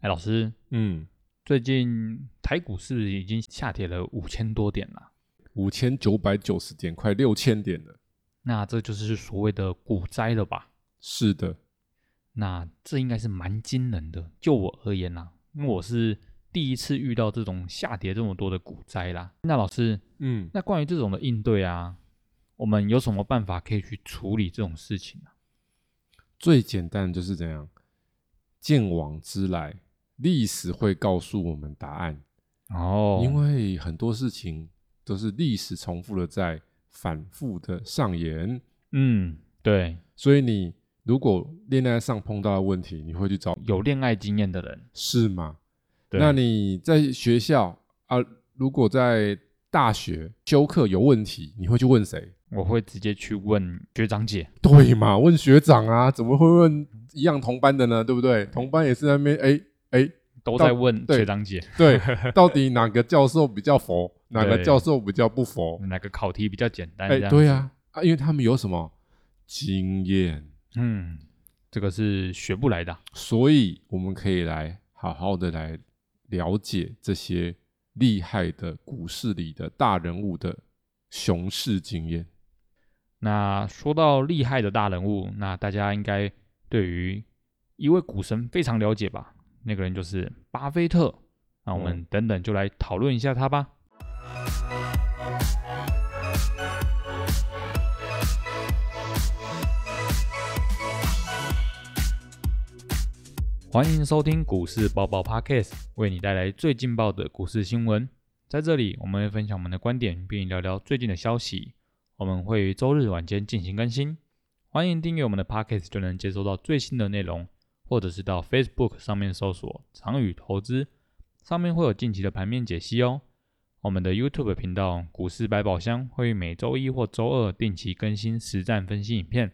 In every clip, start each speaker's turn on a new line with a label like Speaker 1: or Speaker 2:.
Speaker 1: 哎，老师，
Speaker 2: 嗯，
Speaker 1: 最近台股是不是已经下跌了五千多点了？
Speaker 2: 五千九百九十点，快六千点了。
Speaker 1: 那这就是所谓的股灾了吧？
Speaker 2: 是的，
Speaker 1: 那这应该是蛮惊人的。就我而言啦、因为我是第一次遇到这种下跌这么多的股灾啦。那老师，
Speaker 2: 嗯，
Speaker 1: 那关于这种的应对啊，我们有什么办法可以去处理这种事情啊？
Speaker 2: 最简单就是怎样，见往知来，历史会告诉我们答案。
Speaker 1: 哦，
Speaker 2: 因为很多事情都是历史重复的在反复的上演，
Speaker 1: 嗯，对，
Speaker 2: 所以你如果恋爱上碰到的问题，你会去找
Speaker 1: 有恋爱经验的人，
Speaker 2: 是吗？
Speaker 1: 对
Speaker 2: 那你在学校啊，如果在大学修课有问题，你会去问谁？
Speaker 1: 我会直接去问学长姐。
Speaker 2: 对嘛？问学长啊，怎么会问一样同班的呢？对不对？同班也是在那边，哎哎，
Speaker 1: 都
Speaker 2: 到
Speaker 1: 在问
Speaker 2: 对
Speaker 1: 学长姐
Speaker 2: 对，到底哪个教授比较佛，哪个
Speaker 1: 对
Speaker 2: 教授比较不佛？
Speaker 1: 哪个考题比较简单，
Speaker 2: 哎，
Speaker 1: 这样
Speaker 2: 对
Speaker 1: 子
Speaker 2: 啊，啊，因为他们有什么经验，
Speaker 1: 嗯，这个是学不来的啊、
Speaker 2: 所以我们可以来好好的来了解这些厉害的股市里的大人物的熊市经验。
Speaker 1: 那说到厉害的大人物，那大家应该对于一位股神非常了解吧？那个人就是巴菲特。那我们等等就来讨论一下他吧。欢迎收听股市爆爆 Podcast，为你带来最劲爆的股市新闻。在这里，我们会分享我们的观点，并聊聊最近的消息。我们会于周日晚间进行更新。欢迎订阅我们的 Podcast，就能接收到最新的内容，或者是到 Facebook 上面搜索“长宇投资”，上面会有近期的盘面解析哦。我们的 YouTube 频道“股市百宝箱”会于每周一或周二定期更新实战分析影片。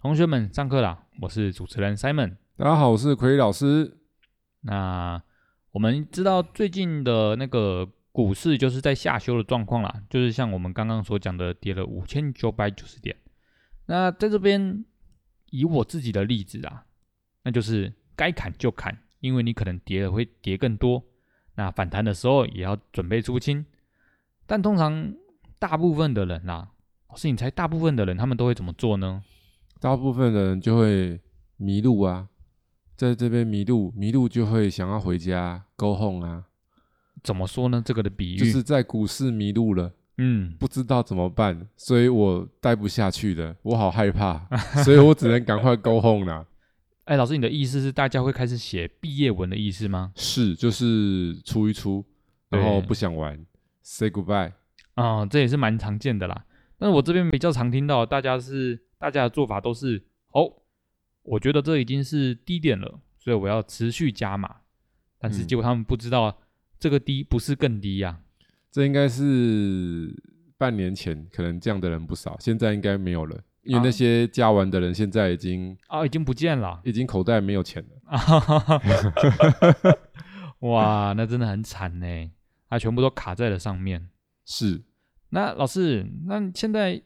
Speaker 1: 同学们，上课啦！我是主持人 Simon。
Speaker 2: 大家好，我是奎老师。
Speaker 1: 那我们知道最近的那个股市就是在下修的状况啦，就是像我们刚刚所讲的，跌了五千九百九十点。那在这边以我自己的例子啊，那就是该砍就砍，因为你可能跌了会跌更多，那反弹的时候也要准备出清。但通常大部分的人啦、啊老师，你猜大部分的人他们都会怎么做呢？
Speaker 2: 大部分的人就会迷路啊，在这边迷路，迷路就会想要回家，go home 啊，
Speaker 1: 怎么说呢？这个的比喻，
Speaker 2: 就是在股市迷路了，
Speaker 1: 嗯，
Speaker 2: 不知道怎么办，所以我待不下去了，我好害怕，所以我只能赶快 go home 啦、
Speaker 1: 哎，老师，你的意思是大家会开始写毕业文的意思吗？
Speaker 2: 是，就是出一出，然后
Speaker 1: 对
Speaker 2: 不想玩，say goodbye。
Speaker 1: 啊、这也是蛮常见的啦。但是我这边比较常听到，大家是大家的做法都是，哦，我觉得这已经是低点了，所以我要持续加码。但是
Speaker 2: 嗯
Speaker 1: 结果他们不知道、这个低不是更低呀、
Speaker 2: 这应该是半年前可能这样的人不少，现在应该没有了，因为
Speaker 1: 啊
Speaker 2: 那些加完的人现在已经
Speaker 1: 啊，已经不见了。
Speaker 2: 已经口袋没有钱了。
Speaker 1: 啊哈哈哈哇，那真的很惨呢，它全部都卡在了上面。
Speaker 2: 是，
Speaker 1: 那老师，那你现在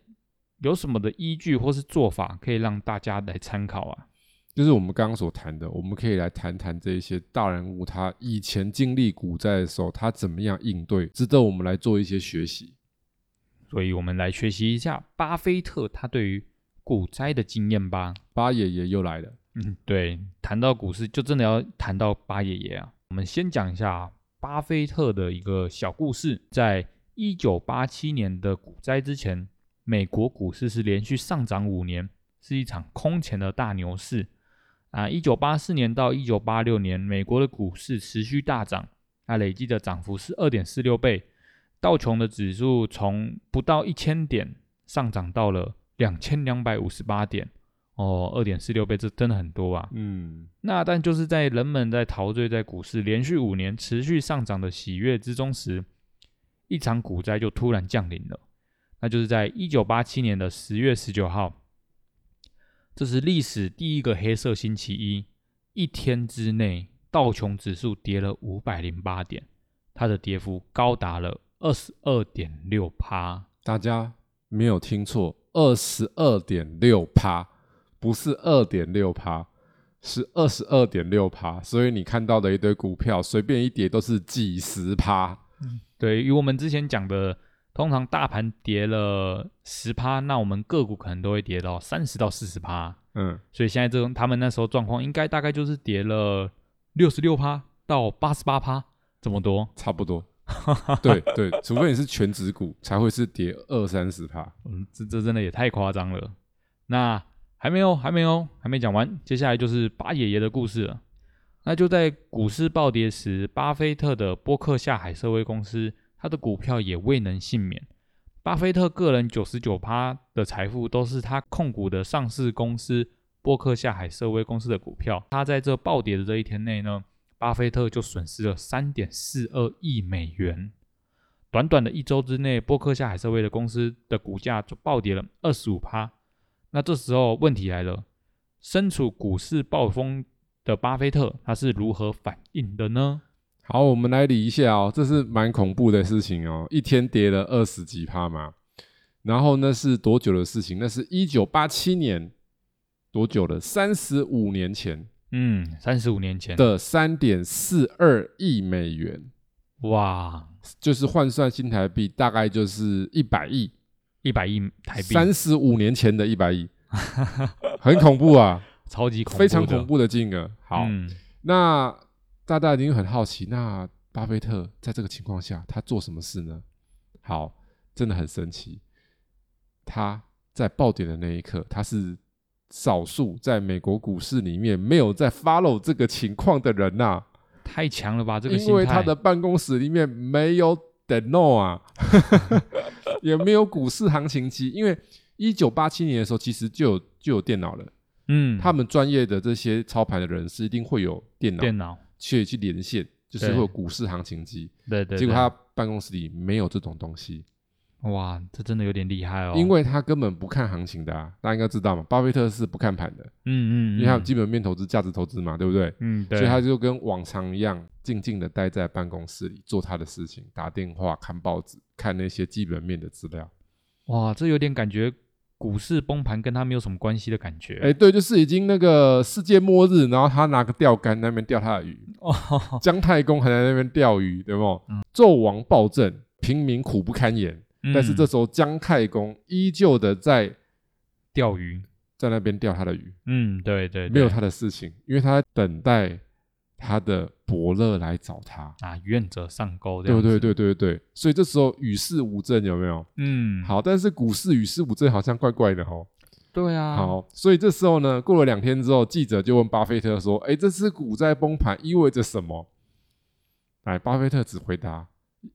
Speaker 1: 有什么的依据或是做法可以让大家来参考啊？
Speaker 2: 就是我们刚刚所谈的，我们可以来谈谈这一些大人物他以前经历股灾的时候，他怎么样应对，值得我们来做一些学习。
Speaker 1: 所以我们来学习一下巴菲特他对于股灾的经验吧。
Speaker 2: 八爷爷又来了，
Speaker 1: 嗯，对，谈到股市就真的要谈到巴爷爷啊。我们先讲一下巴菲特的一个小故事。在一九八七年的股灾之前，美国股市是连续上涨五年，是一场空前的大牛市啊。一九八四年到一九八六年，美国的股市持续大涨，它累计的涨幅是二点四六倍，道琼的指数从不到一千点上涨到了两千两百五十八点。哦，二点四六倍，这真的很多啊。
Speaker 2: 嗯，
Speaker 1: 那但就是在人们在陶醉在股市连续五年持续上涨的喜悦之中时，一场股灾就突然降临了。那就是在一九八七年的十月十九号，这是历史第一个黑色星期一，一天之内道琼指数跌了五百零八点，它的跌幅高达了二十二点六趴。
Speaker 2: 大家没有听错，二十二点六趴，不是二点六趴，是二十二点六趴，所以你看到的一堆股票，随便一跌都是几十趴。
Speaker 1: 对，与我们之前讲的，通常大盘跌了十趴，那我们个股可能都会跌到三十到四十趴。
Speaker 2: 嗯，
Speaker 1: 所以现在这种他们那时候状况，应该大概就是跌了六十六趴到八十八趴这么多。
Speaker 2: 差不多。对对，除非你是全指股，才会是跌二三十趴。
Speaker 1: 嗯，这这真的也太夸张了。那还没有，哦还没有，还没讲完，接下来就是巴爷爷的故事了。那就在股市暴跌时，巴菲特的波克夏海瑟威公司，他的股票也未能幸免。巴菲特个人九十九趴的财富都是他控股的上市公司波克夏海瑟威公司的股票。他在这暴跌的这一天内呢，巴菲特就损失了三点四二亿美元。短短的一周之内，波克夏海瑟威的公司的股价就暴跌了二十五趴。那这时候问题来了，身处股市暴风的巴菲特，他是如何反应的呢？
Speaker 2: 好，我们来理一下哦，这是蛮恐怖的事情哦，一天跌了二十几趴嘛。然后那是多久的事情？那是一九八七年，多久了？三十五年前
Speaker 1: 嗯，三十五年前，
Speaker 2: 的三点四二亿美元，
Speaker 1: 哇，
Speaker 2: 就是换算新台币大概就是一百亿，
Speaker 1: 一百亿台币，
Speaker 2: 三十五年前的一百亿，很恐怖啊，
Speaker 1: 超 级恐怖，
Speaker 2: 非常恐。怖的金额。好，
Speaker 1: 嗯，
Speaker 2: 那大家一定很好奇，那巴菲特在这个情况下他做什么事呢？好，真的很神奇，他在爆点的那一刻，他是少数在美国股市里面没有在 follow 这个情况的人呐、
Speaker 1: 太强了吧，这个心态。
Speaker 2: 因为他的办公室里面没有 d e n o 啊，也没有股市行情机，因为一九八七年的时候其实就有就有电脑了，
Speaker 1: 嗯，
Speaker 2: 他们专业的这些操盘的人是一定会有电脑
Speaker 1: 电脑，
Speaker 2: 去去连线，就是
Speaker 1: 对
Speaker 2: 会有股市行情机。
Speaker 1: 对对对，
Speaker 2: 结果他办公室里没有这种东西，
Speaker 1: 哇，这真的有点厉害哦。
Speaker 2: 因为他根本不看行情的、啊，大家应该知道嘛。巴菲特是不看盘的，
Speaker 1: 嗯，嗯嗯，
Speaker 2: 因为他有基本面投资、价值投资嘛，对不对？
Speaker 1: 嗯，对，
Speaker 2: 所以他就跟往常一样，静静的待在办公室里做他的事情，打电话、看报纸、看那些基本面的资料。
Speaker 1: 哇，这有点感觉股市崩盘跟他没有什么关系的感觉。嗯
Speaker 2: 哎，对，就是已经那个世界末日，然后他拿个钓竿在那边钓他的鱼，
Speaker 1: 哦，嗯
Speaker 2: 姜太公还在那边钓鱼，对不？纣王暴政，平民苦不堪言。但是这
Speaker 1: 嗯
Speaker 2: 时候姜太公依旧的在
Speaker 1: 钓鱼，
Speaker 2: 在那边钓他的鱼，
Speaker 1: 嗯，对对，对
Speaker 2: 没有他的事情，因为他在等待他的伯乐来找他。
Speaker 1: 啊，愿者上钩，这
Speaker 2: 对
Speaker 1: 样
Speaker 2: 对
Speaker 1: 子，
Speaker 2: 对对对，所以这时候与世无争，有没有？
Speaker 1: 嗯，，
Speaker 2: 好，但是股市与世无争好像怪怪的哦。
Speaker 1: 对啊，，
Speaker 2: 好，所以这时候呢，过了两天之后，记者就问巴菲特说：“哎，这次股灾崩盘意味着什么？”来，巴菲特只回答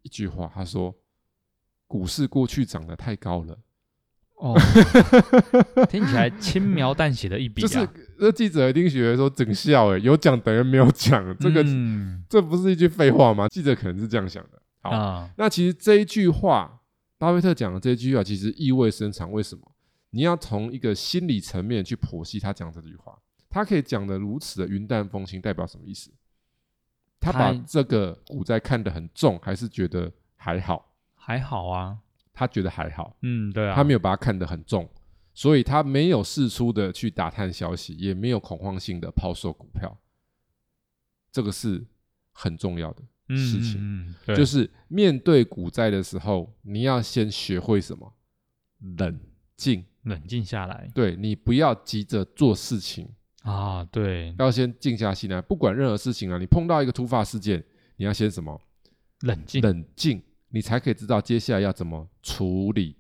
Speaker 2: 一句话，他说：“股市过去涨得太高了。”
Speaker 1: 哦， 听起来轻描淡写的一笔、啊，
Speaker 2: 就是那记者一定觉得说整笑哎、有讲等于没有讲，这个、
Speaker 1: 嗯
Speaker 2: 这不是一句废话吗？记者可能是这样想的。好，
Speaker 1: 啊，
Speaker 2: 那其实这一句话，巴菲特讲的这句话其实意味深长。为什么？你要从一个心理层面去剖析他讲这句话，他可以讲的如此的云淡风轻，代表什么意思？他把
Speaker 1: 他
Speaker 2: 这个股灾看得很重，还是觉得还好？
Speaker 1: 还好啊，
Speaker 2: 他觉得还好。
Speaker 1: 嗯，对啊，
Speaker 2: 他没有把它看得很重，所以他没有事出的去打探消息，也没有恐慌性的抛售股票，这个是很重要的。
Speaker 1: 有
Speaker 2: 事情
Speaker 1: 嗯嗯嗯对，
Speaker 2: 就是是面对股灾的时候，你要先学会什么？冷静。
Speaker 1: 冷静下来
Speaker 2: 对你不要急着做事情，
Speaker 1: 啊，对，
Speaker 2: 要先静下心来。不管任何事情啊，你碰到一个突发事件，你要先什么？
Speaker 1: 冷静，
Speaker 2: 冷静，你才可以知道接下来要怎么处理。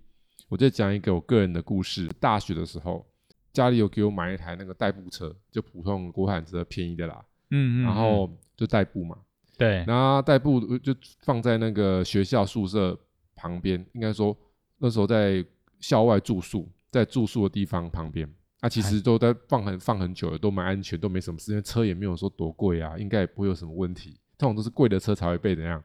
Speaker 2: 我就讲一个我个人的故事。大学的时候，家里有给我买一台那个代步车，就普通国产车便宜的啦，
Speaker 1: 嗯嗯，
Speaker 2: 然
Speaker 1: 嗯
Speaker 2: 后就代步嘛。
Speaker 1: 对，
Speaker 2: 然后代步呃就放在那个学校宿舍旁边，应该说那时候在校外住宿，在住宿的地方旁边。那、其
Speaker 1: 哎
Speaker 2: 实都在放很放很久了，都蛮安全，都没什么事，因为车也没有说多贵啊，应该也不会有什么问题。通常都是贵的车才会被怎样，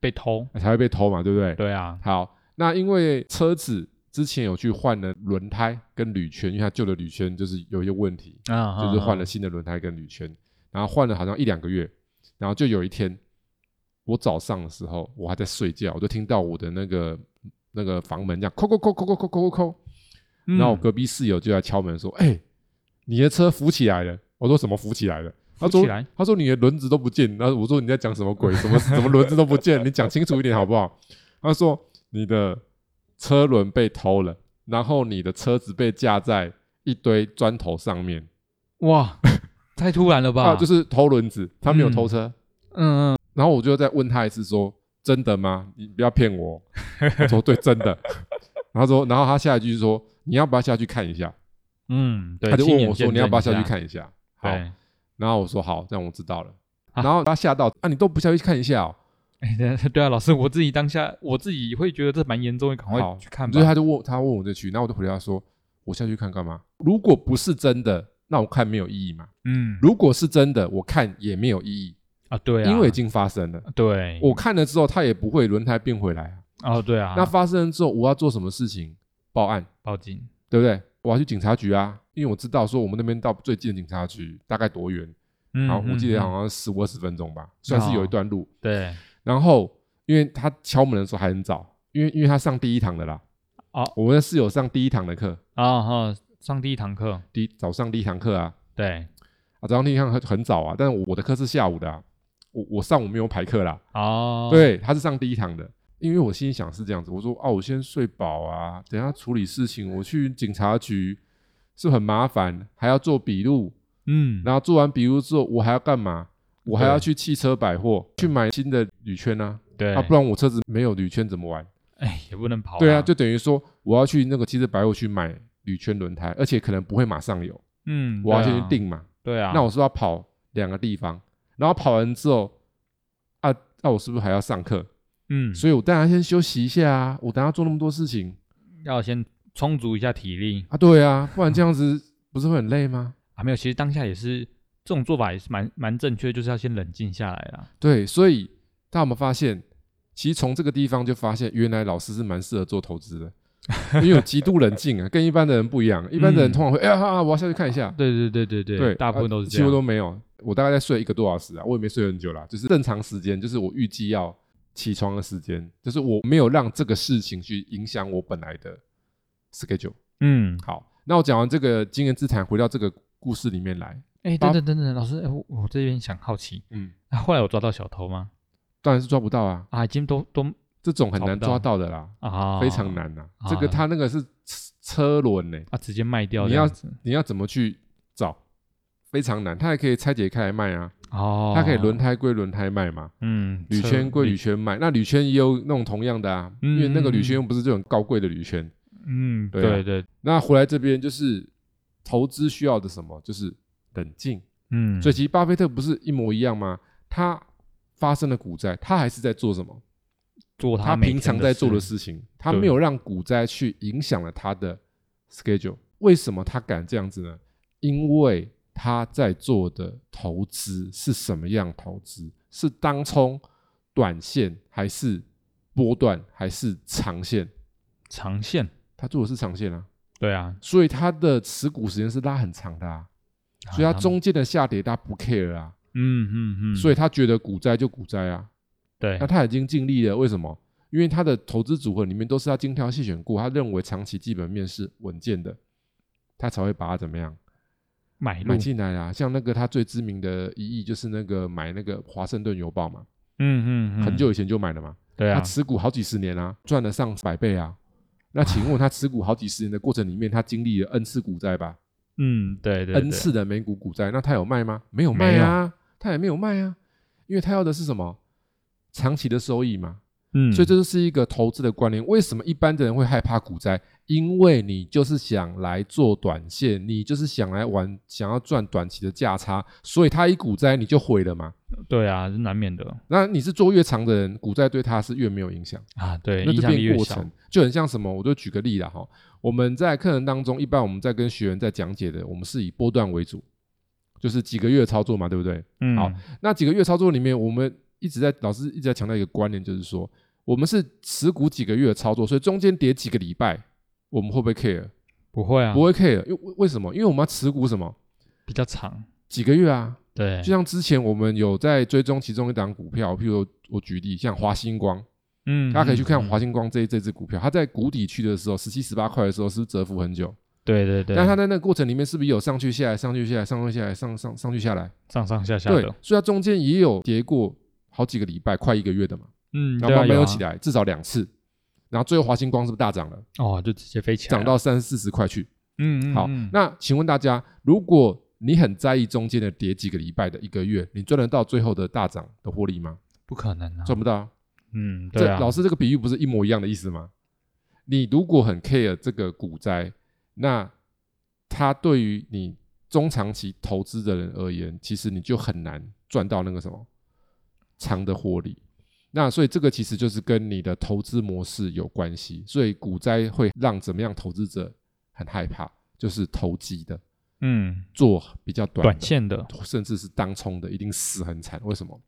Speaker 1: 被偷，
Speaker 2: 才会被偷嘛，对不对？
Speaker 1: 对啊，
Speaker 2: 好，那因为车子之前有去换了轮胎跟铝圈，因为它旧的铝圈就是有一些问题，
Speaker 1: 啊，
Speaker 2: 就是换
Speaker 1: 啊
Speaker 2: 了，新的轮胎跟铝圈，然后换了好像一两个月，然后就有一天，我早上的时候我还在睡觉，我就听到我的那个那个房门这样扣扣扣扣扣扣扣扣扣，
Speaker 1: 嗯
Speaker 2: 然后我隔壁室友就来敲门说：“哎、你的车浮起来了。”我说什么浮起来了？他
Speaker 1: 浮
Speaker 2: 说
Speaker 1: 起来
Speaker 2: 他说你的轮子都不见。然后我说你在讲什么鬼？什么什么轮子都不见？你讲清楚一点好不好？他说你的车轮被偷了，然后你的车子被架在一堆砖头上面
Speaker 1: 哇，太突然了吧？
Speaker 2: 啊，就是偷轮子，他没有
Speaker 1: 嗯
Speaker 2: 偷车。
Speaker 1: 嗯嗯，
Speaker 2: 然后我就再问他一次说：“真的吗？你不要骗我。”我说：“对，真的。” 然后说，然后他下一句是说：“你要不要下去看一下
Speaker 1: 嗯，？”对，
Speaker 2: 他就
Speaker 1: 亲
Speaker 2: 问
Speaker 1: 眼
Speaker 2: 我说：“
Speaker 1: 见
Speaker 2: 你要
Speaker 1: 证
Speaker 2: 不要
Speaker 1: 一
Speaker 2: 下去？看一下？”好，
Speaker 1: 对，
Speaker 2: 然后我说：“好，这样我知道了。”
Speaker 1: 啊
Speaker 2: 然后他吓到啊！你都不下去看一下哦？
Speaker 1: 哎对 啊对啊，老师，我自己当下我自己会觉得这蛮严重的，赶
Speaker 2: 好
Speaker 1: 快去看吧。
Speaker 2: 所以他就问他问我这去，那我就回答说：“我下去看干嘛？如果不是真的，那我看没有意义嘛。
Speaker 1: 嗯
Speaker 2: 如果是真的，我看也没有意义，
Speaker 1: 啊，对啊，
Speaker 2: 因为已经发生了。
Speaker 1: 对，
Speaker 2: 我看了之后，他也不会轮胎变回来啊。
Speaker 1: 哦对啊，
Speaker 2: 那发生了之后，我要做什么事情？报案。”
Speaker 1: 报警，
Speaker 2: 对不对？我要去警察局啊，因为我知道说我们那边到最近的警察局大概多远，
Speaker 1: 嗯，
Speaker 2: 好，我记得
Speaker 1: 嗯哦
Speaker 2: 好像十五二十分钟吧，算是有一段路。
Speaker 1: 对，
Speaker 2: 然后因为他敲门的时候还很早，因为因为他上第一堂的啦，
Speaker 1: 哦
Speaker 2: 我们的室友上第一堂的课，
Speaker 1: 啊哈，上第一堂课，
Speaker 2: 第一早上第一堂课啊，
Speaker 1: 对，
Speaker 2: 啊早上第一堂课很早啊，但是我的课是下午的、啊，我我上午没有排课啦，
Speaker 1: 哦，，
Speaker 2: 对，他是上第一堂的。因为我心里想是这样子，我说啊，我先睡饱啊，等一下处理事情，我去警察局是不是很麻烦，还要做笔录，
Speaker 1: 嗯，
Speaker 2: 然后做完笔录之后，我还要干嘛？我还要
Speaker 1: 对
Speaker 2: 去汽车百货去买新的铝圈啊，
Speaker 1: 对，
Speaker 2: 啊，不然我车子没有铝圈怎么玩？
Speaker 1: 哎也不能跑，
Speaker 2: 对啊，就等于说我要去那个汽车百货去买铝圈轮胎，而且可能不会马上有，
Speaker 1: 嗯，
Speaker 2: 我要
Speaker 1: 对
Speaker 2: 先
Speaker 1: 啊
Speaker 2: 去，定嘛。
Speaker 1: 对啊，
Speaker 2: 那我是不是要跑两个地方，然后跑完之后，啊，那、我是不是还要上课？
Speaker 1: 嗯，
Speaker 2: 所以我当然先休息一下啊，我等下做那么多事情
Speaker 1: 要先充足一下体力
Speaker 2: 啊，对啊，不然这 样子不是会很累吗？
Speaker 1: 啊，没有，其实当下也是这种做法也是蛮蛮正确，就是要先冷静下来啦。
Speaker 2: 对，所以大家有没有发现，其实从这个地方就发现，原来老师是蛮适合做投资的，因为有极度冷静啊，跟一般的人不一样。一般的人
Speaker 1: 嗯
Speaker 2: 通常会，哎呀，啊我要下去看一下。
Speaker 1: 对对对对对
Speaker 2: 对，
Speaker 1: 大部分都是
Speaker 2: 啊
Speaker 1: 这
Speaker 2: 几
Speaker 1: 样，
Speaker 2: 乎都没有。我大概在睡一个多小时啊，我也没睡很久啦，就是正常时间，就是我预计要起床的时间，就是我没有让这个事情去影响我本来的 schedule。
Speaker 1: 嗯，
Speaker 2: 好，那我讲完这个经验之谈，回到这个故事里面来，
Speaker 1: 哎，
Speaker 2: 八
Speaker 1: 等等等等，老师，哎，我我这边想好奇，
Speaker 2: 嗯，
Speaker 1: 那啊后来有抓到小偷吗？
Speaker 2: 当然是抓不到啊，
Speaker 1: 啊，已经都都
Speaker 2: 这种很难
Speaker 1: 找不到
Speaker 2: 抓到的啦。
Speaker 1: 啊，
Speaker 2: 非常难呐、
Speaker 1: 啊
Speaker 2: 这个它那个是车车轮呢、
Speaker 1: 啊，直接卖掉
Speaker 2: 你
Speaker 1: 这
Speaker 2: 要
Speaker 1: 样子
Speaker 2: 你要怎么去找？非常难。它还可以拆解开来卖啊，
Speaker 1: 哦，
Speaker 2: 它可以轮，胎归轮胎卖嘛，
Speaker 1: 嗯，
Speaker 2: 铝
Speaker 1: 车
Speaker 2: 圈归铝，圈卖。那铝圈也有那种同样的啊，
Speaker 1: 嗯
Speaker 2: 因为那个铝圈又不是这种高贵的铝圈。
Speaker 1: 嗯，
Speaker 2: 对啊
Speaker 1: 对对，
Speaker 2: 那回来这边就是投资需要的什么？就是冷静。
Speaker 1: 嗯，
Speaker 2: 所以其实巴菲特不是一模一样吗？他发生了股灾，他还是在做什么？
Speaker 1: 做
Speaker 2: 他
Speaker 1: 每
Speaker 2: 平
Speaker 1: 天
Speaker 2: 常
Speaker 1: 的
Speaker 2: 在做的
Speaker 1: 事，
Speaker 2: 事情，他
Speaker 1: 对
Speaker 2: 没有让股灾去影响了他的 schedule。为什么他敢这样子呢？因为他在做的投资是什么样投资？是当冲、短线还是波段还是长线？
Speaker 1: 长线，
Speaker 2: 他做的是长线啊，
Speaker 1: 对啊，
Speaker 2: 所以他的持股时间是拉很长的啊，所以
Speaker 1: 啊
Speaker 2: 他，中间的下跌他不 care 啊，
Speaker 1: 嗯嗯嗯，
Speaker 2: 所
Speaker 1: 以
Speaker 2: 以他觉得股灾就股灾啊，
Speaker 1: 对
Speaker 2: 那，他已经尽力了，为什么？因为他的投资组合里面都是他精挑细选过，他认为长期基本面是稳健的，他才会把它怎么样
Speaker 1: 买入
Speaker 2: 买，进来啊。像那个他最知名的一亿就是那个买那个华盛顿邮报嘛，
Speaker 1: 嗯嗯，嗯
Speaker 2: 很，久以前就买了嘛，
Speaker 1: 对
Speaker 2: 他
Speaker 1: 啊，
Speaker 2: 持股好几十年啊，赚了上百倍啊。那请问他持股好几十年的过程里面，他经历了 n 次股灾吧
Speaker 1: 嗯，对对
Speaker 2: ？n
Speaker 1: 对，
Speaker 2: 次的美股股灾，那他有卖吗？没有卖啊，他也没有卖啊，因为他要的是什么？长期的收益嘛。
Speaker 1: 嗯，
Speaker 2: 所以这就是一个投资的观念。为什么一般的人会害怕股灾？因为你就是想来做短线，你就是想来玩，想要赚短期的价差，所以他一股灾你就毁了嘛。
Speaker 1: 对啊，是难免的
Speaker 2: 那你是做越长的人，股灾对他是越没有影响，
Speaker 1: 啊，对，
Speaker 2: 那
Speaker 1: 影
Speaker 2: 就
Speaker 1: 响力
Speaker 2: 变
Speaker 1: 越
Speaker 2: 过
Speaker 1: 小
Speaker 2: 程，就很像什么？我就举个例啦哈。我们在课程当中，一般我们在跟学员在讲解的，我们是以波段为主，就是几个月的操作嘛，对不对？
Speaker 1: 嗯，
Speaker 2: 好那几个月操作里面，我们一直在老师一直在强调一个观念，就是说我们是持股几个月的操作，所以中间跌几个礼拜，我们会不会 care？、
Speaker 1: 不会啊，
Speaker 2: 不会 care，因为为什么？因为我们要持股什么
Speaker 1: 比较长，
Speaker 2: 几个月啊？
Speaker 1: 对
Speaker 2: 就，像之前我们有在追踪其中一档股票，譬如我举例，像华星光，
Speaker 1: 嗯，
Speaker 2: 大家可以去看
Speaker 1: 嗯
Speaker 2: 华星光这这只股票，它在谷底区的时候，十七十八块的时候是不是蛰伏很久，
Speaker 1: 对对对，
Speaker 2: 但他在那个过程里面是不是有上去下来、上去下来、上去下来、上上上去下来？
Speaker 1: 上上下下
Speaker 2: 对
Speaker 1: 的，，
Speaker 2: 所以他中间也有跌过好几个礼拜，快一个月的嘛，
Speaker 1: 嗯，
Speaker 2: 然
Speaker 1: 对
Speaker 2: 后
Speaker 1: 啊，
Speaker 2: 慢慢又
Speaker 1: 啊
Speaker 2: 起来，至少两次。然后最后华星光是不是大涨了？
Speaker 1: 哦，就直接飞起来
Speaker 2: 涨
Speaker 1: 了，
Speaker 2: 到三四十块去。
Speaker 1: 嗯，嗯
Speaker 2: 好
Speaker 1: 嗯，
Speaker 2: 那请问大家，如果你很在意中间的跌几个礼拜的一个月，你赚得到最后的大涨的获利吗？
Speaker 1: 不可能啊，
Speaker 2: 赚不到啊。
Speaker 1: 嗯，
Speaker 2: 这
Speaker 1: 对啊，
Speaker 2: 老师这个比喻不是一模一样的意思吗？你如果很 care 这个股灾，那它对于你中长期投资的人而言，其实你就很难赚到那个什么长的获利。那所以这个其实就是跟你的投资模式有关系。所以股灾会让怎么样投资者很害怕，就是投机的，
Speaker 1: 嗯，
Speaker 2: 做比较短的
Speaker 1: 短线的，
Speaker 2: 甚至是当冲的，一定死很惨。为什么？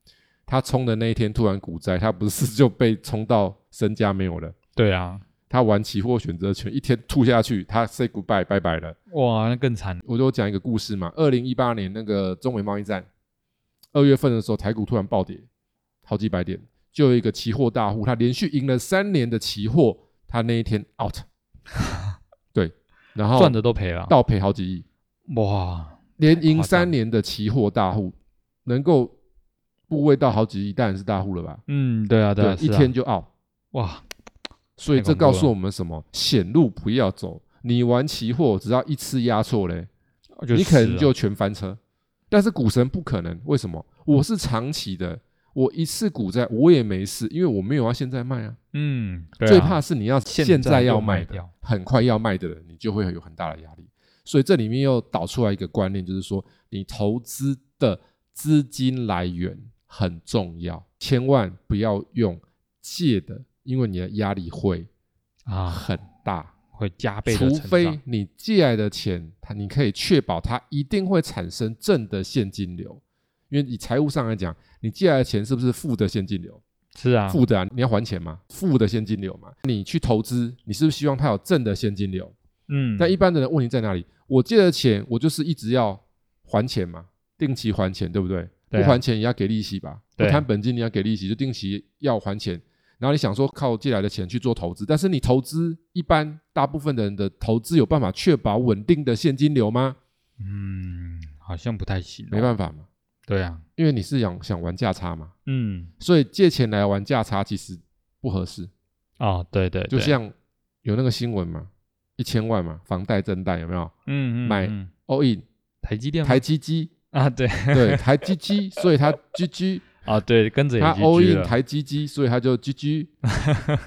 Speaker 2: 他冲的那一天突然股灾，他不是 就被冲到身家没有了？
Speaker 1: 对啊，
Speaker 2: 他玩期货选择权，一天吐下去，他 say goodbye 拜拜了。
Speaker 1: 哇，那更惨，
Speaker 2: 我就讲一个故事嘛，二零一八年那个中美贸易战，二月份的时候，台股突然暴跌好几百点，就有一个期货大户，他连续赢了三年的期货，他那一天 out，对，然后
Speaker 1: 赚的都赔了，
Speaker 2: 倒赔好几亿。
Speaker 1: 哇，
Speaker 2: 连赢
Speaker 1: 太夸张
Speaker 2: 三年的期货大户，能够部位到好几亿，当然是大户了吧？
Speaker 1: 嗯，对啊，对啊，
Speaker 2: 一
Speaker 1: 是啊
Speaker 2: 天就 out。
Speaker 1: 哇，
Speaker 2: 所以
Speaker 1: 太
Speaker 2: 这
Speaker 1: 恐怖
Speaker 2: 告诉
Speaker 1: 了
Speaker 2: 我们什么？险路不要走。你玩期货，只要一次压错嘞，
Speaker 1: 就
Speaker 2: 你
Speaker 1: 死
Speaker 2: 可能
Speaker 1: 了
Speaker 2: 就全翻车。但是股神不可能，为什么？我是长期的，我一次股债我也没事，因为我没有要现在卖啊。
Speaker 1: 嗯，对啊
Speaker 2: 最怕是你要现在要
Speaker 1: 就
Speaker 2: 卖
Speaker 1: 卖
Speaker 2: 的，
Speaker 1: 掉，
Speaker 2: 很快要卖的人，你就会有很大的压力。所以这里面又导出来一个观念，就是说你投资的资金来源很重要，千万不要用借的，因为你的压力会
Speaker 1: 啊，
Speaker 2: 很大。
Speaker 1: 会加倍的
Speaker 2: 除
Speaker 1: 成长，
Speaker 2: 非你借来的钱，它你可以确保它一定会产生正的现金流，因为以财务上来讲，你借来的钱是不是负的现金流？
Speaker 1: 是啊，
Speaker 2: 负的啊，你要还钱嘛，负的现金流嘛。你去投资，你是不是希望它有正的现金流？
Speaker 1: 嗯，
Speaker 2: 但一般的人问题在哪里？我借了钱，我就是一直要还钱嘛，定期还钱，对不对？
Speaker 1: 对啊
Speaker 2: 不还钱也要给利息吧？不
Speaker 1: 对
Speaker 2: 谈本金你要给利息，就定期要还钱。然后你想说靠借来的钱去做投资，但是你投资一般大部分的人的投资有办法确保稳定的现金流吗？
Speaker 1: 嗯，好像不太行哦，
Speaker 2: 没办法嘛，
Speaker 1: 对啊，
Speaker 2: 因为你是想想玩价差嘛，
Speaker 1: 嗯，
Speaker 2: 所以借钱来玩价差其实不合适。
Speaker 1: 哦，对对，
Speaker 2: 就
Speaker 1: 对，
Speaker 2: 像有那个新闻嘛，一千万嘛，房贷增贷有没有
Speaker 1: 嗯嗯，
Speaker 2: 买
Speaker 1: 嗯
Speaker 2: ？all in
Speaker 1: 台积电吗
Speaker 2: 台积机
Speaker 1: 啊， 对
Speaker 2: 对，台积机，所以他 GG，
Speaker 1: 啊， 对，跟着也
Speaker 2: 他
Speaker 1: GG
Speaker 2: all in
Speaker 1: 了
Speaker 2: 台积机，所以他就 GG，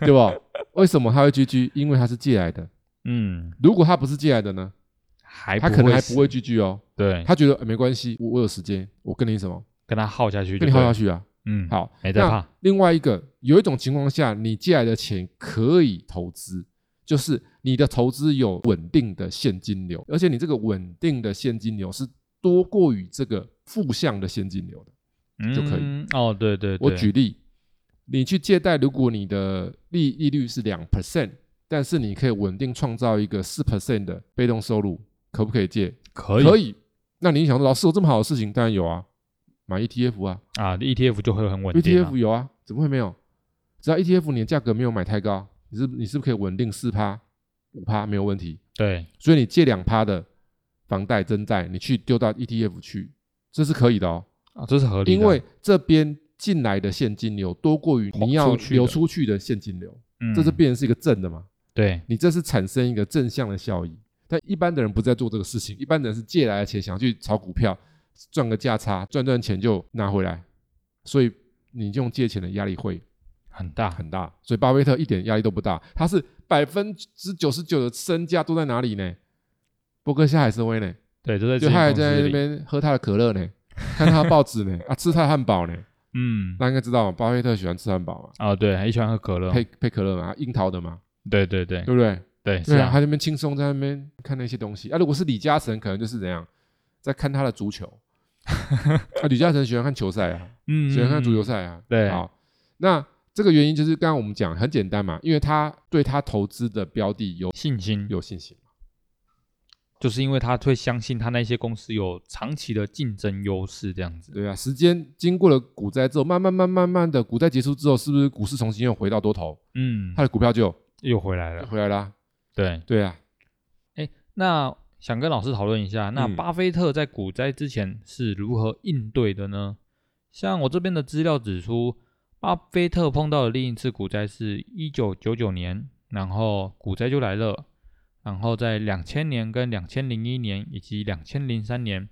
Speaker 2: 对吧？为什么他会 GG？因为他是借来的。
Speaker 1: 嗯，
Speaker 2: 如果他不是借来的呢，
Speaker 1: 还
Speaker 2: 他可能还
Speaker 1: 死
Speaker 2: 不会 GG 哦。
Speaker 1: 对，
Speaker 2: 他觉得、呃没关系，我我有时间，我跟你什么，
Speaker 1: 跟他耗下去，
Speaker 2: 跟你耗下，去啊。
Speaker 1: 嗯，，
Speaker 2: 好，
Speaker 1: 没在
Speaker 2: 那
Speaker 1: 怕，
Speaker 2: 另外一个，有一种情况下，你借来的钱可以投资，就是你的投资有稳定的现金流，而且你这个稳定的现金流是多过于这个负向的现金流的。就可以
Speaker 1: 嗯。哦，对对，
Speaker 2: 我
Speaker 1: 对
Speaker 2: 举例，你去借贷，如果你的利利率是两 percent，但是你可以稳定创造一个四 percent 的被动收入，可不可以借？
Speaker 1: 可以
Speaker 2: 那你想说，老师有这么好的事情，当然有啊，买 ETF 啊
Speaker 1: 啊，ETF 就会很稳定啊
Speaker 2: ，ETF 有啊，怎么会没有？只要 ETF 你的价格没有买太高，你是你是不是可以稳定四趴、五趴没有问题？
Speaker 1: 对，
Speaker 2: 所以你借两趴的房贷增贷，你去丢到 ETF 去，这是可以的哦。
Speaker 1: 啊，这是合理的，
Speaker 2: 因为这边进来的现金流多过于你要
Speaker 1: 出去的
Speaker 2: 流出去的现金流，
Speaker 1: 嗯
Speaker 2: 这是变成是一个正的嘛？
Speaker 1: 对，
Speaker 2: 你这是产生一个正向的效益。但一般的人不在做这个事情，一般的人是借来的钱想要去炒股票，赚个价差，赚赚钱就拿回来，所以你用借钱的压力会
Speaker 1: 很大，
Speaker 2: 很大。所以巴菲特一点压力都不大，他是百分之九十九的身家都在哪里呢？伯克夏海瑟威呢？
Speaker 1: 对，都在
Speaker 2: 就
Speaker 1: 自己
Speaker 2: 他还
Speaker 1: 公司
Speaker 2: 在那
Speaker 1: 里，
Speaker 2: 边喝他的可乐呢，看他的报纸呢， 啊，吃他的汉堡呢。
Speaker 1: 嗯，
Speaker 2: 大家应该知道嘛，巴菲特喜欢吃汉堡嘛，
Speaker 1: 啊，对，还喜欢喝可乐，
Speaker 2: 配配可乐嘛，樱桃的嘛，
Speaker 1: 对对对
Speaker 2: 对不对？
Speaker 1: 对，是
Speaker 2: 对
Speaker 1: 啊
Speaker 2: 啊，他，在那边轻松在那边看那些东西。啊，如果是李嘉诚，可能就是怎样，在看他的足球。 啊，李嘉诚喜欢看球赛啊，
Speaker 1: 嗯，
Speaker 2: 喜欢看
Speaker 1: 嗯
Speaker 2: 足球，赛啊。
Speaker 1: 对
Speaker 2: 好，那这个原因就是刚刚我们讲很简单嘛，因为他对他投资的标的有
Speaker 1: 嗯信心
Speaker 2: 有信心。
Speaker 1: 就是因为他会相信他那些公司有长期的竞争优势，这样子，
Speaker 2: 对啊，时间经过了股灾之后，慢慢慢慢慢的，股灾结束之后，是不是股市重新又回到多头？
Speaker 1: 嗯
Speaker 2: 他，的股票就
Speaker 1: 又回来
Speaker 2: 又
Speaker 1: 了，
Speaker 2: 回来啦、
Speaker 1: 对，
Speaker 2: 对啊，
Speaker 1: 那想跟老师讨论一下，那
Speaker 2: 嗯
Speaker 1: 巴菲特在股灾之前是如何应对的呢？像我这边的资料指出，巴菲特碰到的另一次股灾是一九九九年，然后股灾就来了，然后在两千年、跟两千零一年以及两千零三年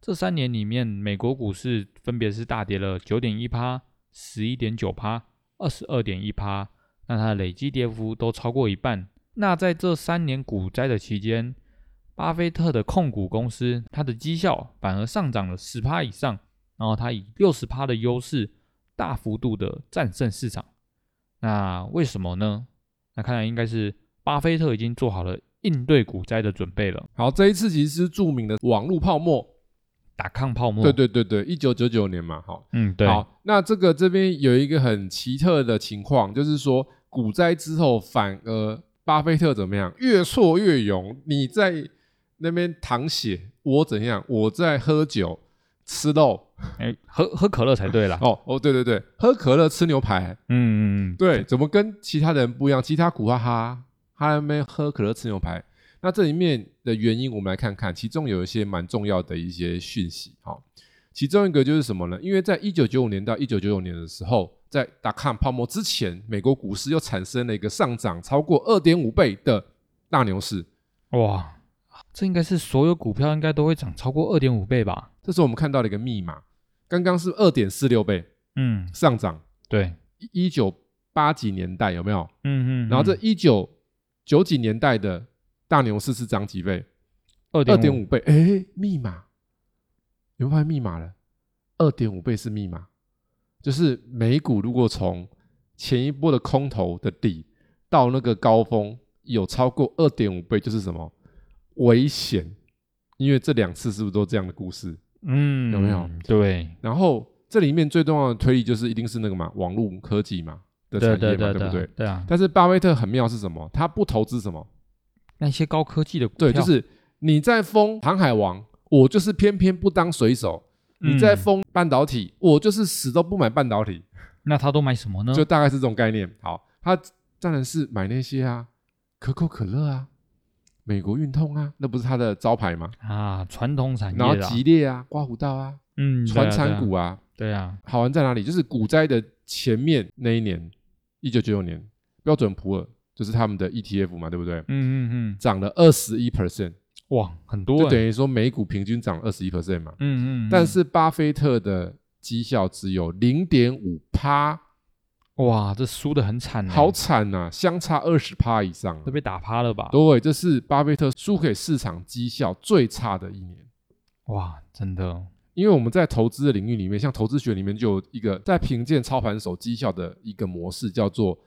Speaker 1: 这三年里面，美国股市分别是大跌了九点一趴、十一点九趴、二十二点一趴，那它的累积跌幅都超过一半。那在这三年股灾的期间，巴菲特的控股公司，它的绩效反而上涨了十趴以上，然后它以六十趴的优势，大幅度的战胜市场。那为什么呢？那看来应该是巴菲特已经做好了应对股灾的准备了。
Speaker 2: 好，这一次其实是著名的网络泡沫，
Speaker 1: 打抗泡沫，
Speaker 2: 对，对对对，一九九九年嘛，好，
Speaker 1: 嗯，对，
Speaker 2: 好，那这个这边有一个很奇特的情况，就是说股灾之后反而巴菲特怎么样，越挫越勇。你在那边淌血，我怎样？我在喝酒、吃肉。
Speaker 1: 哎，喝喝可乐才对啦。
Speaker 2: 哦哦，对对对，喝可乐、吃牛排，
Speaker 1: 嗯嗯嗯，
Speaker 2: 对，怎么跟其他人不一样？其他苦哈哈，他在那边喝可乐、吃牛排。那这里面的原因，我们来看看，其中有一些蛮重要的一些讯息。好、其中一个就是什么呢？因为在一九九五年到一九九九年的时候，在达康泡沫之前，美国股市又产生了一个上涨超过二点五倍的大牛市。
Speaker 1: 嗯哇，这应该是所有股票应该都会涨超过二点五倍吧？
Speaker 2: 这时候我们看到了一个密码，刚刚是二点四六倍
Speaker 1: 嗯，
Speaker 2: 上涨，
Speaker 1: 对，
Speaker 2: 一九八几年代有没有？
Speaker 1: 嗯嗯，
Speaker 2: 然后这一九九几年代的大牛市是涨几倍？
Speaker 1: 二
Speaker 2: 二
Speaker 1: 点
Speaker 2: 点五倍。哎，密码，有没有发现密码了？二点五倍是密码，就是美股如果从前一波的空头的底到那个高峰有超过二点五倍，就是什么危险？因为这两次是不是都这样的故事？
Speaker 1: 嗯，
Speaker 2: 有没有？
Speaker 1: 对，
Speaker 2: 然后这里面最重要的推理就是一定是那个嘛，网络科技嘛的产
Speaker 1: 对
Speaker 2: 业嘛，
Speaker 1: 对对
Speaker 2: 不对？
Speaker 1: 对啊，
Speaker 2: 但是巴菲特很妙是什么？他不投资什么？
Speaker 1: 那些高科技的股票，
Speaker 2: 对，就是你在封航海王，我就是偏偏不当水手；你在
Speaker 1: 嗯
Speaker 2: 封半导体，我就是死都不买半导体，
Speaker 1: 那他都买什么呢？
Speaker 2: 就大概是这种概念。好，他当然是买那些啊，可口可乐啊，美国运通啊，那不是他的招牌吗？
Speaker 1: 啊，传统产业
Speaker 2: 然后
Speaker 1: 啦
Speaker 2: 吉列啊，刮胡刀啊，
Speaker 1: 嗯，对啊
Speaker 2: 传产股，啊，
Speaker 1: 对啊对啊，
Speaker 2: 好玩在哪里？就是股灾的前面那一年，一九九九年，标准普尔就是他们的 ETF 嘛，对不对？
Speaker 1: 嗯嗯
Speaker 2: 涨了二十一 percent，
Speaker 1: 嗯，哇，很多
Speaker 2: 就
Speaker 1: 欸，
Speaker 2: 等于说每股平均涨二十一 percent 嘛。
Speaker 1: 嗯嗯，
Speaker 2: 但
Speaker 1: 嗯
Speaker 2: 是巴菲特的绩效只有零点五趴，
Speaker 1: 哇，这输的很惨欸，
Speaker 2: 好惨呐、相差二十趴以上啊、
Speaker 1: 都被打趴了吧？
Speaker 2: 对，这是巴菲特输给市场绩效最差的一年。
Speaker 1: 哇，真的，
Speaker 2: 因为我们在投资的领域里面，像投资学里面就有一个在评鉴操盘手绩效的一个模式，叫做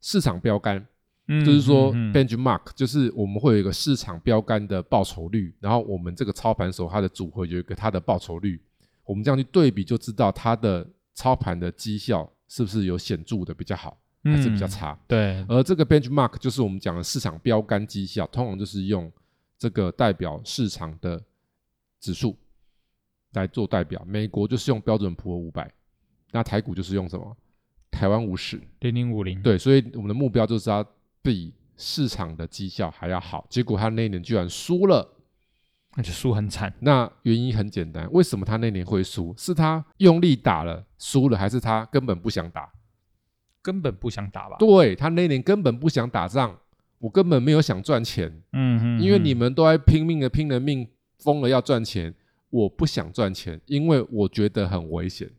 Speaker 2: 市场标杆，
Speaker 1: 嗯
Speaker 2: 就是说
Speaker 1: 嗯嗯
Speaker 2: benchmark，就是我们会有一个市场标杆的报酬率，然后我们这个操盘手他的组合有一个他的报酬率，我们这样去对比就知道他的操盘的绩效是不是有显著的比较好，还是比较呃
Speaker 1: 嗯
Speaker 2: 差。
Speaker 1: 对，
Speaker 2: 而这个 benchmark 就是我们讲的市场标杆绩效，通常就是用这个代表市场的指数来做代表。美国就是用标准普尔五百，那台股就是用什么台湾五十。
Speaker 1: 零零五零，
Speaker 2: 对，所以我们的目标就是要比市场的绩效还要好。结果他那一年居然输了，
Speaker 1: 而且输很惨，
Speaker 2: 那原因很简单，为什么他那年会输？是他用力打了输了，还是他根本不想打？
Speaker 1: 根本不想打吧？
Speaker 2: 对他那年根本不想打仗，我根本没有想赚钱，
Speaker 1: 嗯嗯，
Speaker 2: 因为
Speaker 1: 嗯
Speaker 2: 你们都在拼命的拼了命，疯了要赚钱，我不想赚钱，因为我觉得很危险，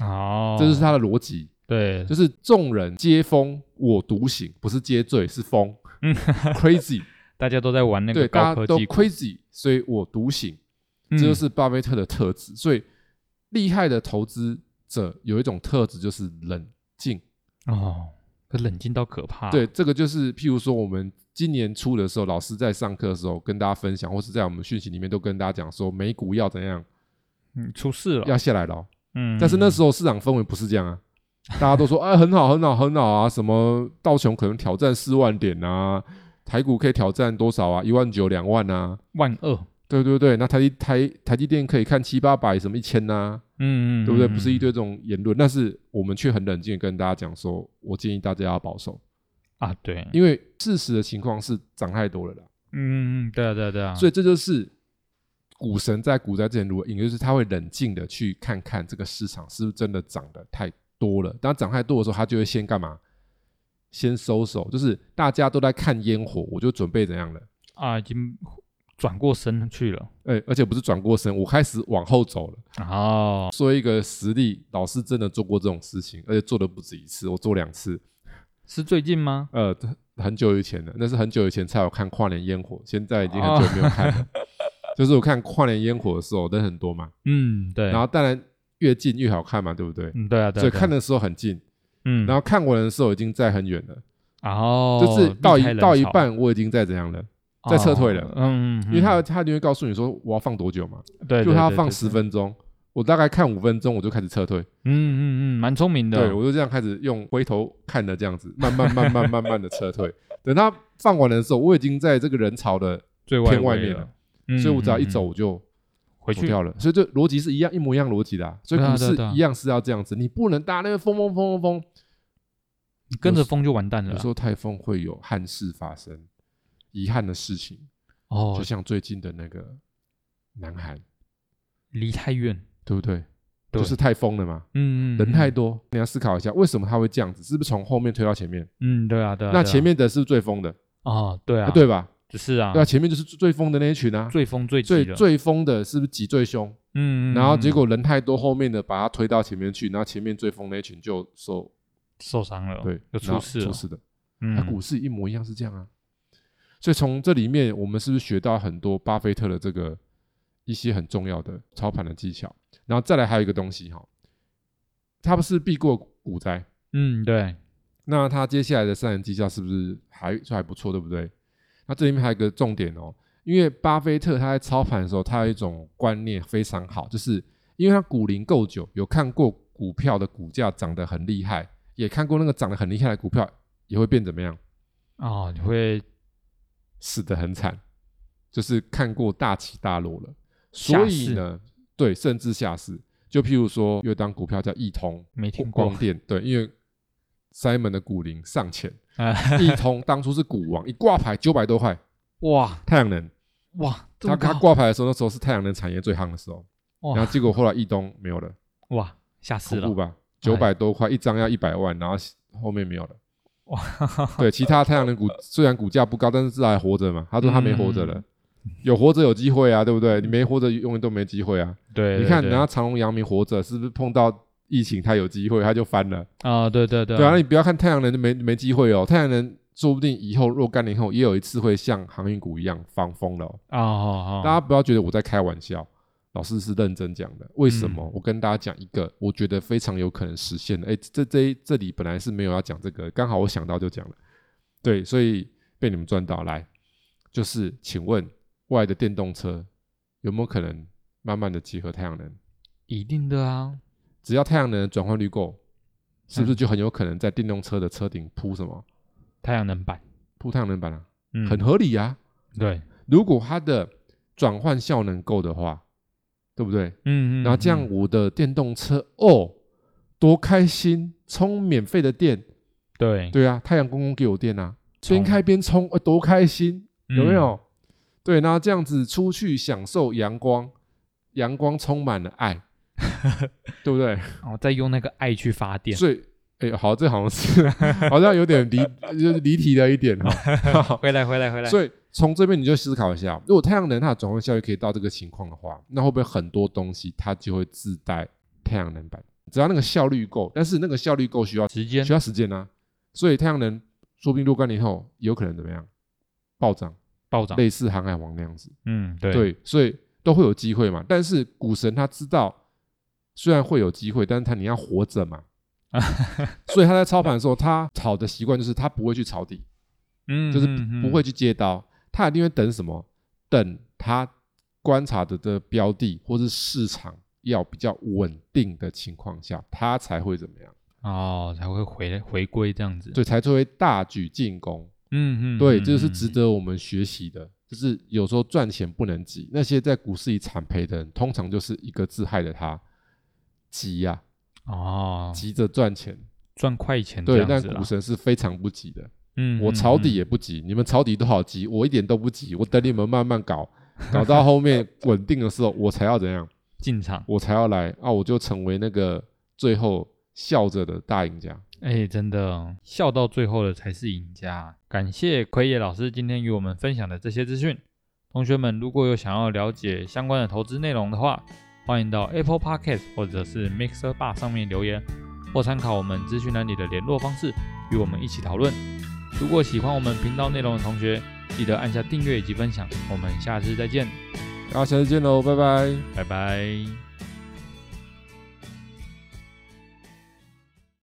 Speaker 1: 哦，
Speaker 2: 这就是他的逻辑。
Speaker 1: 对，
Speaker 2: 就是众人皆疯，我独醒，不是皆醉，是疯
Speaker 1: 嗯
Speaker 2: ，crazy，
Speaker 1: 大家都在玩那
Speaker 2: 对，
Speaker 1: 个高
Speaker 2: 大家
Speaker 1: 科
Speaker 2: 都
Speaker 1: 技股，
Speaker 2: crazy，所以我独醒，
Speaker 1: 嗯
Speaker 2: 这就是巴菲特的特质。所以厉害的投资者有一种特质就是冷静，
Speaker 1: 哦，可冷静到可怕，
Speaker 2: 对，，这个就是譬如说我们今年初的时候，老师在上课的时候跟大家分享，或是在我们讯息里面都跟大家讲说，美股要怎样，
Speaker 1: 嗯，出事了，
Speaker 2: 要下来了哦。
Speaker 1: 嗯，
Speaker 2: 但是那时候市场氛围不是这样啊，大家都说哎很好很好很好啊，什么道琼可能挑战四万点啊，台股可以挑战多少啊，一万九两万啊，
Speaker 1: 万恶，
Speaker 2: 对对对，那台积台台积电可以看七八百什么一千呐，
Speaker 1: 嗯嗯，
Speaker 2: 对不对？
Speaker 1: 嗯
Speaker 2: 不是一堆这种言论，但是我们却很冷静地跟大家讲说，我建议大家要保守，
Speaker 1: 啊，对，
Speaker 2: 因为事实的情况是涨太多了啦。
Speaker 1: 嗯，嗯对啊，对啊，对啊。
Speaker 2: 所
Speaker 1: 以
Speaker 2: 以这就是股神在股灾之前如何应对，就是他会冷静的去看看这个市场是不是真的涨得太多了。当涨太多的时候，他就会先干嘛？先收手，就是大家都在看烟火，我就准备怎样了？
Speaker 1: 啊，已经转过身去了。
Speaker 2: 哎、而且不是转过身，我开始往后走了。
Speaker 1: 哦，
Speaker 2: 说一个实例，老师真的做过这种事情，而且做的不止一次，我做两次。
Speaker 1: 是最近吗？
Speaker 2: 呃，很久以前的，那是很久以前才有看跨年烟火，现在已经很久没有看了。
Speaker 1: 哦
Speaker 2: 就是我看跨年烟火的时候，人很多嘛，
Speaker 1: 嗯，对。
Speaker 2: 然后当然越近越好看嘛，对不对？
Speaker 1: 嗯，对啊，对啊。
Speaker 2: 所以
Speaker 1: 对啊
Speaker 2: 看，的时候很近，
Speaker 1: 嗯，
Speaker 2: 然后看完的时候已经在很远了，
Speaker 1: 然后
Speaker 2: 就是到
Speaker 1: 避开
Speaker 2: 一
Speaker 1: 人
Speaker 2: 到一
Speaker 1: 潮
Speaker 2: 半我已经在怎样了，在撤退了
Speaker 1: 哦嗯，嗯
Speaker 2: 因为他
Speaker 1: 嗯
Speaker 2: 他就会告诉你说我要放多久嘛，
Speaker 1: 对，
Speaker 2: 就
Speaker 1: 对
Speaker 2: 他要
Speaker 1: 对
Speaker 2: 放
Speaker 1: 对
Speaker 2: 十
Speaker 1: 对
Speaker 2: 分钟，我大概看五分钟我就开始撤退，
Speaker 1: 嗯嗯嗯，蛮聪明的。
Speaker 2: 对我就这样开始用回头看的这样子，慢慢慢慢慢慢的撤 退，等他放完的时候，我已经在这个人潮的，
Speaker 1: 最外
Speaker 2: 偏外
Speaker 1: 围
Speaker 2: 面
Speaker 1: 了
Speaker 2: 了，所以我只要一
Speaker 1: 啊嗯嗯嗯
Speaker 2: 走我就。
Speaker 1: 回
Speaker 2: 走
Speaker 1: 去，
Speaker 2: 掉了，所以这逻辑是一样一模一样逻辑的啊、所以
Speaker 1: 对啊
Speaker 2: 股
Speaker 1: 对啊
Speaker 2: 市
Speaker 1: 对啊
Speaker 2: 一样是要这样子，你不能搭那个风风风风风，
Speaker 1: 你跟着风就完蛋了
Speaker 2: 有
Speaker 1: 啊。
Speaker 2: 时候台风会有憾事发生，遗憾的事情，
Speaker 1: 哦
Speaker 2: 就，像最近的那个南韩，
Speaker 1: 离太远，
Speaker 2: 对不对？
Speaker 1: 对
Speaker 2: 就是太疯了嘛，
Speaker 1: 嗯，嗯
Speaker 2: 人太
Speaker 1: 嗯
Speaker 2: 多，你要思考一下，为什么他会这样子？是不是从后面推到前面？
Speaker 1: 嗯，对啊，对啊。
Speaker 2: 那
Speaker 1: 对啊
Speaker 2: 前面的是不是最疯的，
Speaker 1: 哦，对啊，
Speaker 2: 啊，对吧？
Speaker 1: 是啊，
Speaker 2: 对啊，前面就是最疯的那一群啊，
Speaker 1: 最疯最
Speaker 2: 最
Speaker 1: 急了，
Speaker 2: 最疯的是不是挤最凶？
Speaker 1: 嗯，嗯
Speaker 2: 然后
Speaker 1: 嗯
Speaker 2: 结果人太多，后面的把他推到前面去，然后前面最疯那一群就受
Speaker 1: 受伤了，哦
Speaker 2: 对，
Speaker 1: 又
Speaker 2: 然
Speaker 1: 出
Speaker 2: 后
Speaker 1: 事
Speaker 2: 出
Speaker 1: 了，
Speaker 2: 事的。它
Speaker 1: 嗯，
Speaker 2: 股市一模一样是这样啊。所以从这里面，我们是不是学到很多巴菲特的这个一些很重要的操盘的技巧？然后再来还有一个东西哈，他不是避过股灾，
Speaker 1: 嗯，对，
Speaker 2: 那他接下来的三年绩效是不是还算还不错，对不对？那这里面还有一个重点哦，因为巴菲特他在操盘的时候，他有一种观念非常好，就是因为他股龄够久，有看过股票的股价涨得很厉害，也看过那个涨得很厉害的股票也会变怎么样？
Speaker 1: 哦，你会
Speaker 2: 死得很惨，就是看过大起大落了。
Speaker 1: 下
Speaker 2: 所
Speaker 1: 市
Speaker 2: 以呢，对，甚至下市。就譬如说，有一档股票叫易通
Speaker 1: 没听过
Speaker 2: 光电，对，因为 Simon 的股龄尚浅，
Speaker 1: 啊？
Speaker 2: 易通当初是股王，一挂牌九百多块，
Speaker 1: 哇
Speaker 2: 太阳能。
Speaker 1: 哇，这
Speaker 2: 他
Speaker 1: 么
Speaker 2: 他
Speaker 1: 高
Speaker 2: 挂牌的时候，那时候是太阳能产业最夯的时候，然
Speaker 1: 哇
Speaker 2: 后结果后来易东没有了，
Speaker 1: 哇，吓死
Speaker 2: 恐怖
Speaker 1: 了，
Speaker 2: 吧？九百多块一张要一百万，然后后面没有了。
Speaker 1: 哇，
Speaker 2: 对，其他太阳能股虽然股价不高，但是至少还活着嘛。他说他没活着了，
Speaker 1: 嗯
Speaker 2: 有活着有机会啊，对不对？你没活着永远都没机会啊。
Speaker 1: 对，
Speaker 2: 你
Speaker 1: 对
Speaker 2: 看，
Speaker 1: 对
Speaker 2: 人家长隆、阳明活着，是不是碰到疫情他有机会，他就翻了？
Speaker 1: 啊，对对对
Speaker 2: 对啊，那你不要看太阳能就没没机会哦，太阳能说不定以后若干年后也有一次会像航运股一样放风了哦、
Speaker 1: 啊，哦，
Speaker 2: 大
Speaker 1: 哦
Speaker 2: 家不要觉得我在开玩笑，老师是认真讲的。为什么？
Speaker 1: 嗯
Speaker 2: 我跟大家讲一个，我觉得非常有可能实现的。哎，这这这里本来是没有要讲这个，刚好我想到就讲了。对，所以被你们赚到。来，就是请问未来的电动车有没有可能慢慢的结合太阳能？
Speaker 1: 一定的啊，
Speaker 2: 只要太阳能的转换率够，是不
Speaker 1: 嗯
Speaker 2: 是就很有可能在电动车的车顶铺什么？
Speaker 1: 太阳能板，
Speaker 2: 铺太阳能板啊，
Speaker 1: 嗯，
Speaker 2: 很合理啊。
Speaker 1: 对，
Speaker 2: 如果它的转换效能够的话，对不对？
Speaker 1: 嗯嗯，
Speaker 2: 然后这样
Speaker 1: 嗯
Speaker 2: 我的电动车哦，多开心，充免费的电，
Speaker 1: 对，
Speaker 2: 对啊，太阳公公给我电啊，
Speaker 1: 充
Speaker 2: 边开边充，呃，多开心，有没
Speaker 1: 嗯
Speaker 2: 有？对，然后这样子出去享受阳光，阳光充满了 爱，对不对？
Speaker 1: 然后哦再用那个爱去发电，
Speaker 2: 所以，哎，好，这好像是 好像有点离就是离题了一点哦哈。
Speaker 1: 回来回来回来，
Speaker 2: 所以从这边你就思考一下，如果太阳能它的转换效益可以到这个情况的话，那会不会很多东西它就会自带太阳能板？只要那个效率够，但是那个效率够需要
Speaker 1: 时间
Speaker 2: 需要时间啊。所以太阳能说不定若干年后有可能怎么样暴涨，
Speaker 1: 暴涨，
Speaker 2: 类似航海王那样子。
Speaker 1: 嗯，对，
Speaker 2: 对，所以都会有机会嘛。但是股神他知道，虽然会有机会，但是他你要活 着嘛。所以他在操盘的时候，他炒的习惯就是他不会去抄底。
Speaker 1: 嗯，
Speaker 2: 就是
Speaker 1: 嗯
Speaker 2: 不会，去接刀，他一定会等什么？等他观察的的标的或是市场要比较稳定的情况下，他才会怎么样？
Speaker 1: 嗯哦，才会回回归这样子，
Speaker 2: 对，才会大举进攻。
Speaker 1: 嗯，嗯嗯，
Speaker 2: 对，这就是
Speaker 1: 嗯
Speaker 2: 值得我们学习的。就是有时候赚钱不能急，那些在股市里惨赔的人，通常就是一个字害了他急呀、
Speaker 1: 哦，
Speaker 2: 急着赚钱。
Speaker 1: 嗯赚快钱这
Speaker 2: 对，
Speaker 1: 样
Speaker 2: 但
Speaker 1: 子啦
Speaker 2: 股神是非常不急的。
Speaker 1: 嗯，
Speaker 2: 我
Speaker 1: 嗯
Speaker 2: 抄底
Speaker 1: 嗯
Speaker 2: 也不急，你们抄底都好急，我一点都不急，我等你们慢慢搞，搞到 后面稳定的时候，我才要怎样，
Speaker 1: 进场，
Speaker 2: 我才要来啊，我就成为那个最后笑着的大赢家。
Speaker 1: 哎，真的笑到最后的才是赢家。感谢奎野老师今天与我们分享的这些资讯。同学们如果有想要了解相关的投资内容的话，欢迎到 Apple Podcast 或者是 Mixer Bar 上面留言，或参考我们资讯栏里的联络方式，与我们一起讨论。如果喜欢我们频道内容的同学，记得按下订阅以及分享。我们下次再见，
Speaker 2: 啊，下次见喽，拜拜。
Speaker 1: 拜拜。